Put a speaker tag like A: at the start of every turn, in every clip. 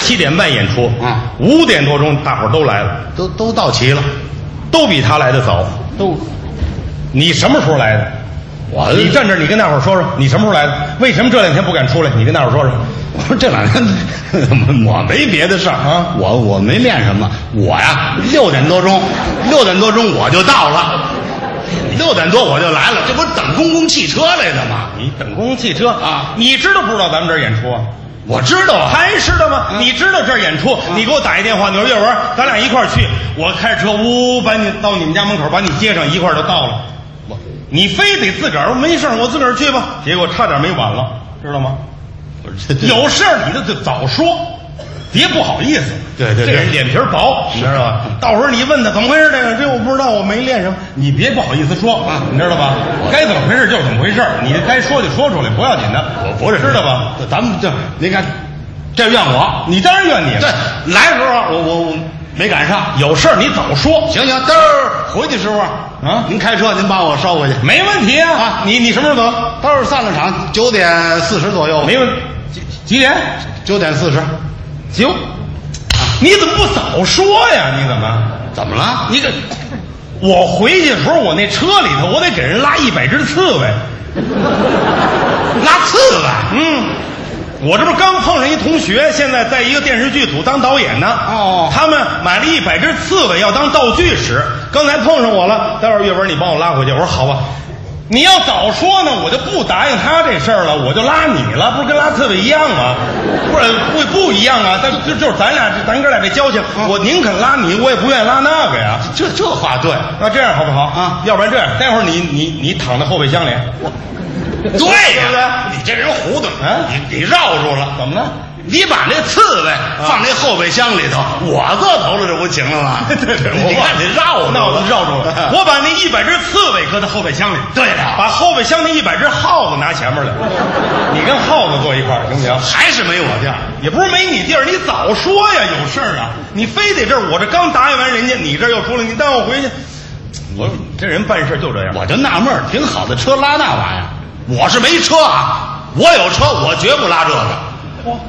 A: 七点半演出，
B: 嗯
A: 五点多钟大伙儿都来了，
B: 都都到齐了，
A: 都比他来的早。
B: 都
A: 你什么时候来的？
B: 我
A: 你站这儿，你跟大伙儿说说，你什么时候来的？为什么这两天不敢出来？你跟大伙儿说说。
B: 我说这两天 我没别的事儿
A: 啊
B: 我我没练什么，我呀六点多钟，六点多钟我就到了，六点多我就来了，这不是等公共汽车来的吗？
A: 你等公共汽车
B: 啊
A: 你知道不知道咱们这儿演出啊？
B: 我知道啊，
A: 还知道吗？
B: 嗯
A: 你知道这儿演出，你给我打一电话，你说月文，咱俩一块儿去，我开着车呜把你到你们家门口，把你接上，一块儿就到了。
B: 我
A: 你非得自个儿没事儿我自个儿去吧，结果差点没晚了，知道 吗？
B: 我这这
A: 有事儿你就得早说，别不好意思。
B: 对对对
A: 这人脸皮儿薄，你知道吧？到时候你问他怎么回事，这个这我不知道，我没练什么，你别不好意思说，
B: 啊
A: 你知道吧？该怎么回事就是怎么回事，你该说就说出来，不要紧的。
B: 我不是
A: 知道吧？？
B: 咱们这您看，这怨我。
A: 你当然怨你
B: 对
A: 了。，
B: 来的时候啊我我我没赶上。
A: 有事儿你早说，
B: 行行，嘚儿回去时候
A: 啊
B: 您开车您把我捎回去。
A: 没问题啊。你你什么时候走？
B: 到时候散了场，九点四十左右。
A: 没问几几点？
B: 九点四十，
A: 行。你怎么不早说呀？你怎么？
B: 怎么了？
A: 你这，我回去的时候，我那车里头，我得给人拉一百只刺猬。
B: 拉刺猬？
A: 嗯，我这不是刚碰上一同学，现在在一个电视剧组当导演呢。
B: 哦
A: 他们买了一百只刺猬要当道具使，刚才碰上我了。待会儿月文，你帮我拉回去。我说好吧。你要早说呢，我就不答应他这事儿了，我就拉你了，不是跟拉刺猬一样吗？不是不不一样啊，但就就是咱俩这咱哥俩这交情，
B: 啊
A: 我宁肯拉你，我也不愿意拉那个呀。
B: 这这话对，
A: 那这样好不好
B: 啊
A: 要不然这样，待会儿你你你躺在后备箱里，
B: 对
A: 对不
B: 呀、
A: 对
B: 你这人糊涂，
A: 啊
B: 你你啊绕住了。
A: 怎么了？
B: 你把那刺猬放那后备箱里头，我坐头了，这不行了吗？ 对
A: 我
B: 你看你绕住了，
A: 那我就绕住了。我把那一百只刺猬搁在后备箱里，
B: 对了
A: 把后备箱那一百只耗子拿前 面来，你跟耗子坐一块儿行不行？
B: 还是没我地儿。
A: 也不是没你地儿，你早说呀，有事儿啊，你非得这儿，我这刚答应完人家，你这儿又出来，你带我回去。我这人办事就这样，
B: 我就纳闷儿，挺好的车拉那玩意儿，我是没车啊，我有车，我绝不拉这个，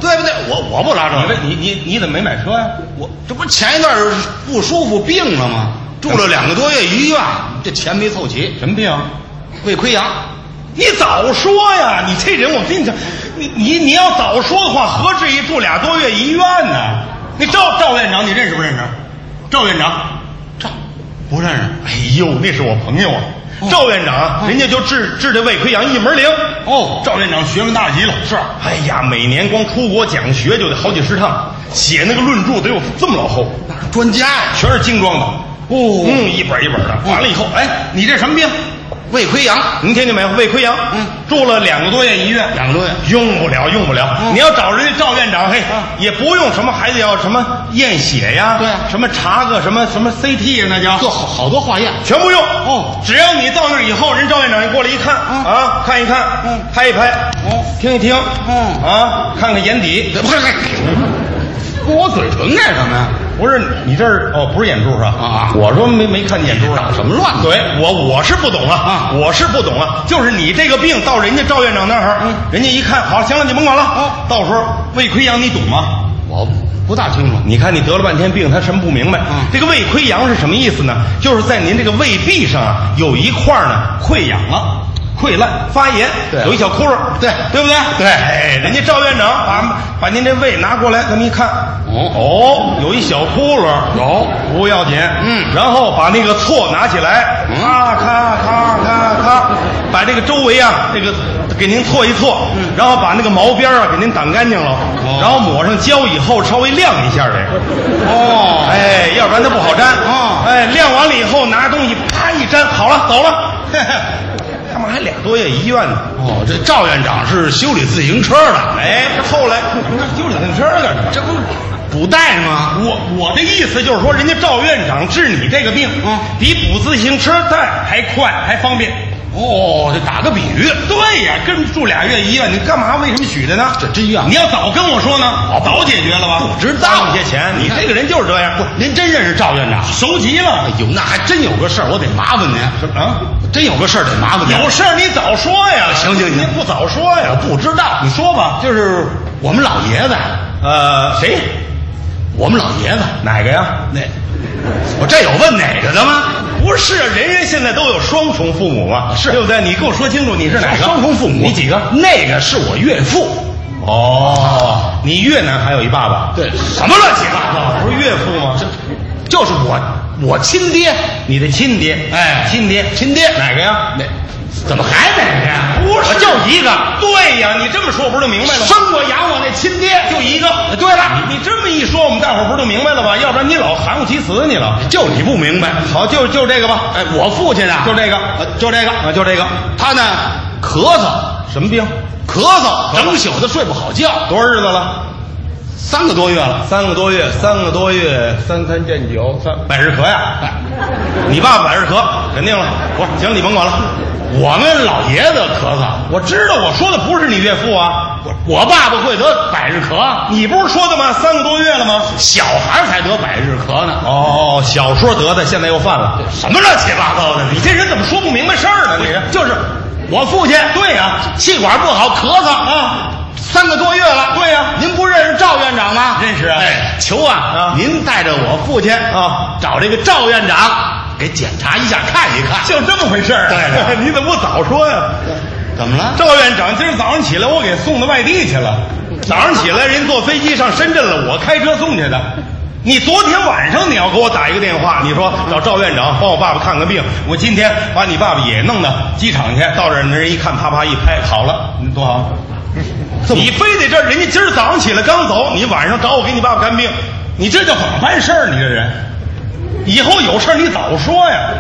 B: 对不对？我我不拉这
A: 哦你
B: 个
A: 这，你你你怎么没买车呀、
B: 我这不前一段儿不舒服病了吗？住了两个多月医院，这钱没凑齐，
A: 什么病啊？
B: 胃溃疡。
A: 你早说呀！你这人，我跟你讲，你你你要早说的话，何至于住俩多月医院呢？那赵赵院长你认识不认识？赵院长，赵，
B: 不认识
A: 哎呦，那是我朋友啊。赵院长啊，人家就治治这胃溃疡一门灵。
B: 哦
A: 赵院长学问大极了。是，哎呀，每年光出国讲学就得好几十趟，写那个论著得有这么老厚，
B: 专家呀，
A: 全是精装的。
B: 哦
A: 嗯，一本一本的。完了以后，哎，你这什么病？
B: 胃溃疡
A: 您听见没有？胃溃疡，
B: 嗯
A: 住了两个多月医院，
B: 两个多月
A: 用不了，用不了。
B: 嗯
A: 你要找人家赵院长，嘿，
B: 啊
A: 也不用什么，还得要什么验血呀，
B: 对啊
A: 什么查个什么什么 CT 呀，那叫
B: 做好好多化验，
A: 全不用。
B: 哦
A: 只要你到那儿以后，人赵院长一过来一看，
B: 嗯
A: 啊，看一看，
B: 嗯
A: 拍一拍，
B: 哦
A: 听一听，
B: 嗯
A: 啊，看看眼底。
B: 不是，不我嘴唇干什么呀？
A: 不是你这儿哦，不是眼珠是吧？
B: 啊
A: 我说没没看见眼珠啊，
B: 什么乱呢
A: 对，我我是不懂啊
B: 啊
A: 我是不懂啊，就是你这个病到人家赵院长那儿，
B: 嗯
A: 人家一看，好，行了，你甭管了，到时候胃溃疡你懂吗？
B: 我不大清楚。
A: 你看你得了半天病，他什么不明白？
B: 嗯
A: 这个胃溃疡是什么意思呢？就是在您这个胃壁上啊，有一块儿呢溃疡了。溃烂发炎，
B: 对
A: 有一小窟窿，
B: 对
A: 对不对？
B: 对
A: 哎，人家赵院长把把您这胃拿过来，这么一看，哦，有一小窟窿，
B: 有
A: 不要紧，
B: 嗯
A: 然后把那个锉拿起来，
B: 嗯
A: 咔咔咔咔咔，把这个周围啊，这个给您锉一锉，
B: 嗯
A: 然后把那个毛边儿啊给您掸干净了，然后抹上胶以后稍微晾一下这个，
B: 哦哎，
A: 哎，要不然它不好粘。
B: 哦
A: 哎，晾完了以后拿东西啪一粘，好了，走了。 他们还俩多月医院呢。
B: 哦，这赵院长是修理自行车的，
A: 哎，这后来修理自行车干什么？
B: 这不是补带吗？
A: 我我的意思就是说，人家赵院长治你这个病，
B: 嗯
A: 比补自行车带还快，还方便。
B: 哦，这打个比喻，
A: 对呀，跟住俩月医院，你干嘛？为什么许的呢？啊
B: 这真要
A: 你要早跟我说呢，早解决了吧？
B: 不知道
A: 耽误些钱，你这个人就是这样，不
B: 您真认识赵院长？
A: 熟极
B: 哎
A: 了。
B: 呦，那还真有个事儿，我得麻烦您。
A: 什么啊？
B: 真有个事儿得麻烦您。
A: 有事儿你早说呀！
B: 行行行
A: 你不早说呀？
B: 我不知道，
A: 你说吧。
B: 就是我们老爷子，
A: 呃，谁？
B: 我们老爷子
A: 哪个呀？
B: 那，我这有问哪个的吗？
A: 不是，啊人人现在都有双重父母嘛，
B: 是
A: 对不对？你给我说清楚，你是哪个？
B: 双重父母，
A: 你几个？
B: 那个是我岳父。
A: 哦，你越南还有一爸爸，
B: 对，什么乱七八糟的？
A: 不是岳父吗？
B: 就是我，我亲爹。
A: 你的亲爹，
B: 哎
A: 亲爹，
B: 亲爹
A: 哪个呀？
B: 那怎么还哪个呀？
A: 不是
B: 我就一个，
A: 对呀，你这么说不就明白了吗？
B: 生我养我那亲爹
A: 就一个。
B: 哎对了，
A: 你这么一说，我们大伙儿不是都明白了吧？要不然你老含糊其辞你了。
B: 就你不明白。
A: 好，就就这个吧，
B: 哎，我父亲啊，
A: 就这个，
B: 呃就这个，
A: 啊，就这个。
B: 他呢咳嗽，
A: 什么病？啊
B: 咳嗽，整宿的睡不好觉，
A: 多少日子了？
B: 三个多月了。
A: 三个多月，三个多月，三餐见酒，三百日咳呀。
B: 哎，
A: 你爸爸百日咳，肯定了。不是，行，你甭管了。
B: 我们老爷子咳嗽，
A: 我知道我说的不是你岳父啊，
B: 我我爸爸会得百日咳，
A: 你不是说的吗？三个多月了吗？
B: 小孩儿才得百日咳呢。
A: 哦，小说得的，现在又犯了。
B: 什么乱七八糟的？
A: 你
B: 你
A: 这人怎么说不明白事儿呢？你这
B: 就是我父亲，
A: 对呀、
B: 气管不好，咳嗽
A: 啊，
B: 三个多月了。
A: 对呀
B: 您不认识赵院长吗？
A: 认识啊
B: 哎，求啊，
A: 啊
B: 您带着我父亲
A: 啊
B: 找这个赵院长给检查一下，看一看。
A: 就这么回事儿啊。
B: 对
A: 你怎么不早说呀、
B: 怎么了？
A: 赵院长，今儿早上起来我给送到外地去了。早上起来人坐飞机上深圳了，我开车送去的。你昨天晚上你要给我打一个电话，你说找赵院长帮我爸爸看个病，我今天把你爸爸也弄到机场去，到这儿人一看，啪啪一拍，好了，你多好。你非得这儿人家今儿早上起来刚走，你晚上找我给你爸爸看病，你这叫怎么办事儿？你这人，以后有事儿你早说呀！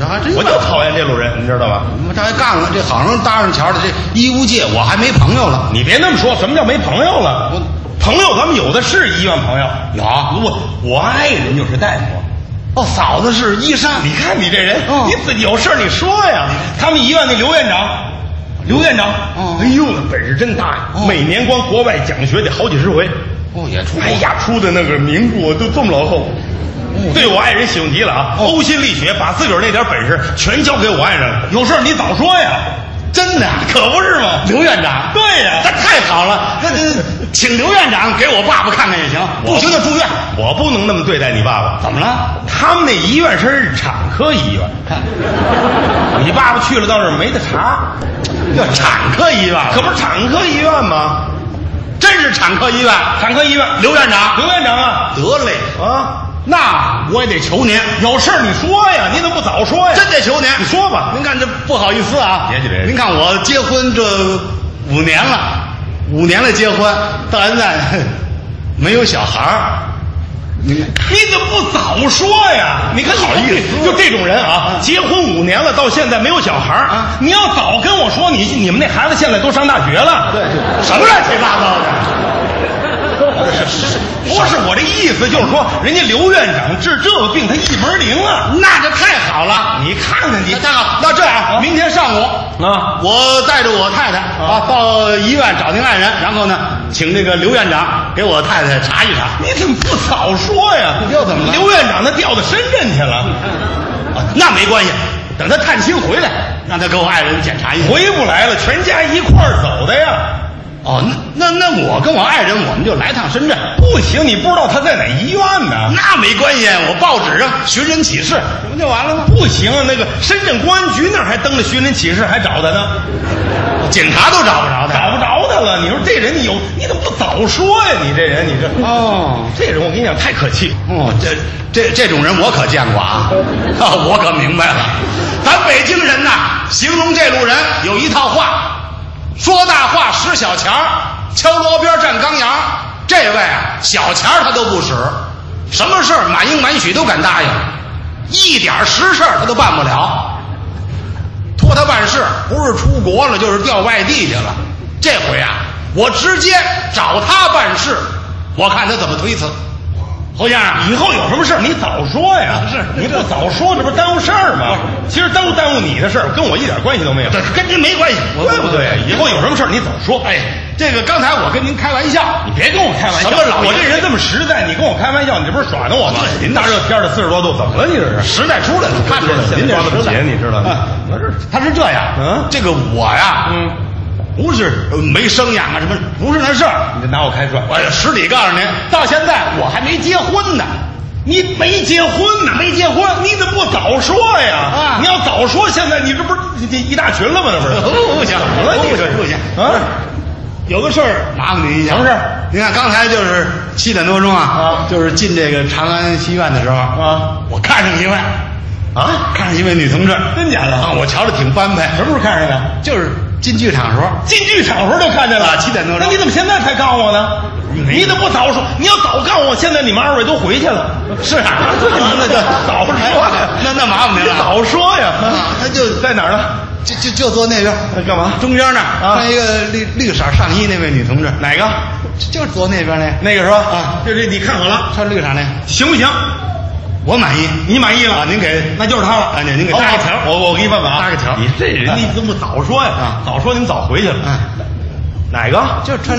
B: 这还真
A: 我就讨厌这种人，你知道吗？
B: 我这还干了，这好容易搭上桥了，这医务界我还没朋友了。
A: 你别那么说，什么叫没朋友了？
B: 我
A: 朋友咱们有的是医院朋友，
B: 有
A: 我我爱人就是大夫。
B: 哦，嫂子是医生，
A: 你看你这人，
B: 嗯
A: 你自己有事儿你说呀。他们医院那刘院长，刘院长，
B: 哦
A: 哎呦，那本事真大呀！
B: 哦
A: 每年光国外讲学得好几十回。
B: 哦也出国
A: 哎呀，出的那个名著都这么老厚。
B: 哦
A: 对我爱人喜欢极了啊，呕心沥血，把自个儿那点本事全交给我爱人了。有事儿你早说呀，
B: 真的，啊
A: 可不是吗？
B: 刘院长，
A: 对呀
B: 那太好了，那那请刘院长给我爸爸看看也行，不行就住院。
A: 我不能那么对待你爸爸。
B: 怎么了？
A: 他们那医院是产科医院，
B: 看，
A: 你爸爸去了到这儿没得查，
B: 这产科医院
A: 可不是产科医院吗？
B: 真是产科医院。
A: 产科医院，
B: 刘院长，
A: 刘院长啊
B: 得嘞，
A: 啊，
B: 那我也得求您，
A: 有事儿你说呀，你怎么不早说呀？
B: 真得求您，
A: 你说吧
B: 您看这不好意思啊，
A: 别介别介
B: 您看我结婚这五年了，五年了结婚到现在 哼没有小孩儿，您
A: 你怎么不早说呀？你看你
B: 好意思嗯
A: 就这种人啊，结婚五年了，到现在没有小孩儿
B: 啊
A: 你要早跟我说，你你们那孩子现在都上大学了。
B: 对什么乱七八糟的。
A: 不是我这意思，就是说人家刘院长治这个病，他一门儿灵啊。
B: 那就太好了！
A: 你看看你
B: 嗯那太好，那这样，啊嗯明天上午
A: 啊
B: 我带着我太太啊到医院找您爱人，然后呢，请那个刘院长给我太太查一查。
A: 你怎么不早说呀？
B: 你又怎么了
A: 刘院长他调到深圳去了，
B: 啊，那没关系，等他探亲回来，让他给我爱人检查一下。
A: 回不来了，全家一块儿走的呀。
B: 哦，那那那我跟我爱人，我们就来趟深圳。
A: 不行，你不知道他在哪医院呢？
B: 那没关系，我报纸上寻人启事，这不就完了吗？
A: 不行，啊那个深圳公安局那儿还登着寻人启事，还找他呢，
B: 警察都找不着他。
A: 找不着他了。你说这人你有，你怎么不早说呀？你这人，你这
B: 哦
A: 这人我跟你讲太可气了。
B: 哦，这这这种人我可见过啊， 啊我可明白了。咱北京人呐，形容这路人有一套话，说大话使小钱儿，敲锣边儿站钢牙儿。这位啊，小钱儿他都不使，什么事儿满应满许都敢答应，一点儿实事儿他都办不了。托他办事，不是出国了，就是调外地去了。这回啊，我直接找他办事，我看他怎么推辞。侯先生，
A: 以后有什么事儿你早说呀！
B: 是
A: 你不早说，这不是耽误事儿
B: 啊
A: 吗？其实耽误耽误你的事儿，跟我一点关系都没有。
B: 这跟您没关系，我
A: 对不对？以后有什么事儿你早说。
B: 哎，这个刚才我跟您开玩笑，
A: 你别跟我开玩笑，
B: 什么老
A: 我这人这么实在，你跟我开玩笑，你这不是耍弄我吗？
B: 对
A: 您大热天的四十多度，怎么了？你这是
B: 实在出来了，看出来了，
A: 现在啊光
B: 您这
A: 着
B: 实在
A: 鞋你知道吗
B: 嗯他是这样，
A: 嗯
B: 这个我呀，
A: 嗯，
B: 不是呃没生养啊，什么不是那事儿。
A: 啊你拿我开涮，
B: 哎呀，实底告诉您，到现在我还没结婚呢。
A: 你没结婚呢？
B: 没结婚
A: 你怎么不早说呀？
B: 啊
A: 你要早说，现在你这不是你这一大群了吗？这不
B: 不
A: 是？
B: 不行，
A: 怎么了？你
B: 不
A: 这
B: 行不行
A: 啊！有个事儿，
B: 麻烦您一下，
A: 什么事？
B: 您看刚才就是七点多钟啊
A: 啊，
B: 就是进这个长安戏院的时候
A: 啊，
B: 我看上一位，
A: 啊，
B: 看上一位女同志，
A: 真假的
B: 啊，我瞧着挺般配，
A: 什么时候看上的？
B: 就是进剧场时候，
A: 进剧场时候就看见
B: 啊
A: 了，
B: 七点多钟
A: 那你怎么现在才告诉我呢？
B: 没
A: 你怎么不早说？你要早告诉我，现在你们二位都回去了。
B: 是啊，
A: 那就早说呀
B: 哎那那麻烦您
A: 你
B: 了，
A: 早说呀！
B: 啊他就
A: 在哪儿呢？
B: 就就就坐那边
A: 那干嘛？
B: 中间那
A: 啊
B: 儿穿一个绿绿色上衣那位女同志，
A: 哪个？
B: 就就坐那边那
A: 那个是吧？
B: 啊
A: 这这你看好了，
B: 穿绿色那，
A: 行不行？
B: 我满意。
A: 你满意
B: 啊
A: 了？，
B: 您给
A: 那就是他了。
B: 哎您您给
A: 好
B: 搭个
A: 好
B: 桥儿
A: 我我给你问问啊，
B: 搭个桥儿
A: 你这人，你怎么不早说呀
B: 啊？
A: 早说你们早回去了。
B: 啊，
A: 哪个？
B: 就穿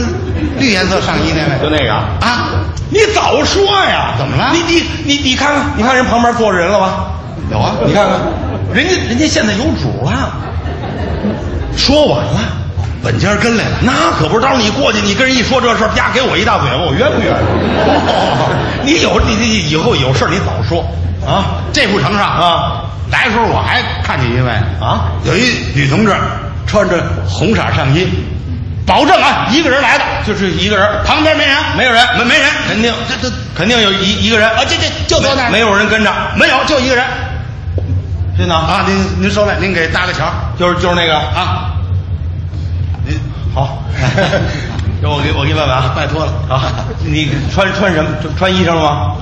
B: 绿颜色上衣那位
A: 就那个啊。
B: 啊，
A: 你早说呀！
B: 怎么了
A: 你你你你看看，你看人旁边坐着人了吧？
B: 有啊，
A: 你看看，人家人家现在有主了，说晚了，
B: 本家跟来了。
A: 那可不是。到时候你过去，你跟人一说这事儿，啪给我一大嘴巴，我冤 不冤？你有你你以后有事儿你早说啊
B: 这不成上
A: 啊！
B: 来的时候我还看见一位，
A: 啊！
B: 有一女同志穿着红色上衣，保证啊，一个人来的，
A: 就是一个人儿，
B: 旁边没人，
A: 没有人
B: 没没人，
A: 肯定
B: 这这
A: 肯定有一一个人
B: 啊，这这就坐那儿
A: 没有人跟着，
B: 没有，就一个人
A: 真的啊，
B: 啊。您您受累，您给搭个桥
A: 就是就是那个啊，
B: 啊。您
A: 好， 我给我给你问问啊，
B: 拜托了
A: 啊，你穿穿什么？穿衣裳了 吗？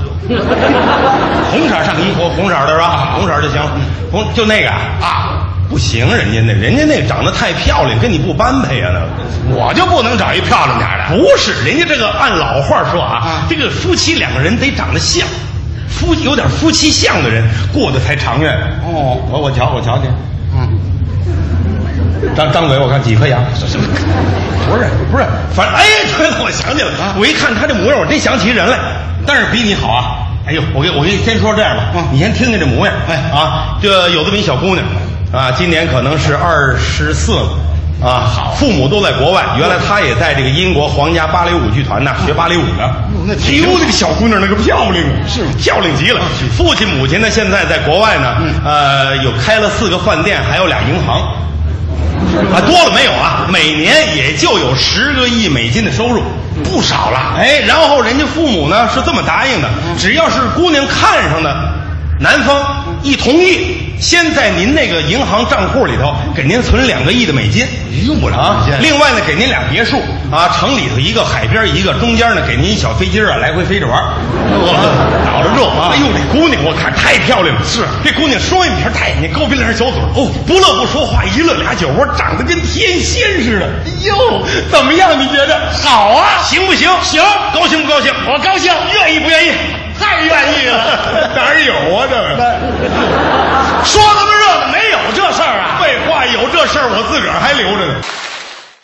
B: 红色上衣
A: 红红色儿的是吧？啊红色儿就行了，红就那个啊。
B: 啊，
A: 不行，人家那人家那长得太漂亮，跟你不般配啊！那个
B: 我就不能找一漂亮点儿的。
A: 不是，人家这个按老话说啊
B: 啊，
A: 这个夫妻两个人得长得像，夫有点夫妻相的人过得才长远。
B: 哦
A: 我我瞧我瞧你，
B: 嗯，
A: 张张嘴我看几 颗牙，不是不是，反正哎，对了，我想起来了，
B: 啊
A: 我一看他这模样，我真想起人来，但是比你好啊。哎呦，我给我给你先说这样吧，
B: 嗯
A: 你先听听这模样，
B: 哎
A: 啊，这有这么一小姑娘啊，今年可能是二十四了。啊，好，父母都在国
B: 嗯
A: 外，原来她也在这个英国皇家芭蕾舞剧团呢学芭蕾舞呢。
B: 呦嗯那
A: 哎
B: 挺
A: 呦，那个小姑娘那个漂亮啊，是漂亮极了。父亲母亲呢，现在在国外呢，
B: 嗯
A: 呃，有开了四个饭店，还有俩银行。啊，多了没有啊？每年也就有十个亿美金的收入，不少了。哎，嗯然后人家父母呢是这么答应的：只要是姑娘看上的，男方一同意，先在您那个银行账户里头给您存两个亿的美金。
B: 用不
A: 啊
B: 着这，些
A: 另外呢，给您俩别墅啊，城里头一个，海边一个，中间呢给您一小飞机啊，来回飞着玩儿，
B: 脑袋热啊
A: 哎呦，这姑娘我看太漂亮了，是这姑娘双眼皮儿大眼睛，高鼻梁小嘴儿哦，不乐不说话，一乐俩酒窝，长得跟天仙似的。哎呦，怎么样？你觉得好啊？行不行？行，高兴不高兴？我高兴，愿意不愿意？
B: 太愿意了。
A: 哪儿有啊？这个
B: 说那么热闹，没有这事儿啊？
A: 废话，有这事儿我自个儿还留着呢。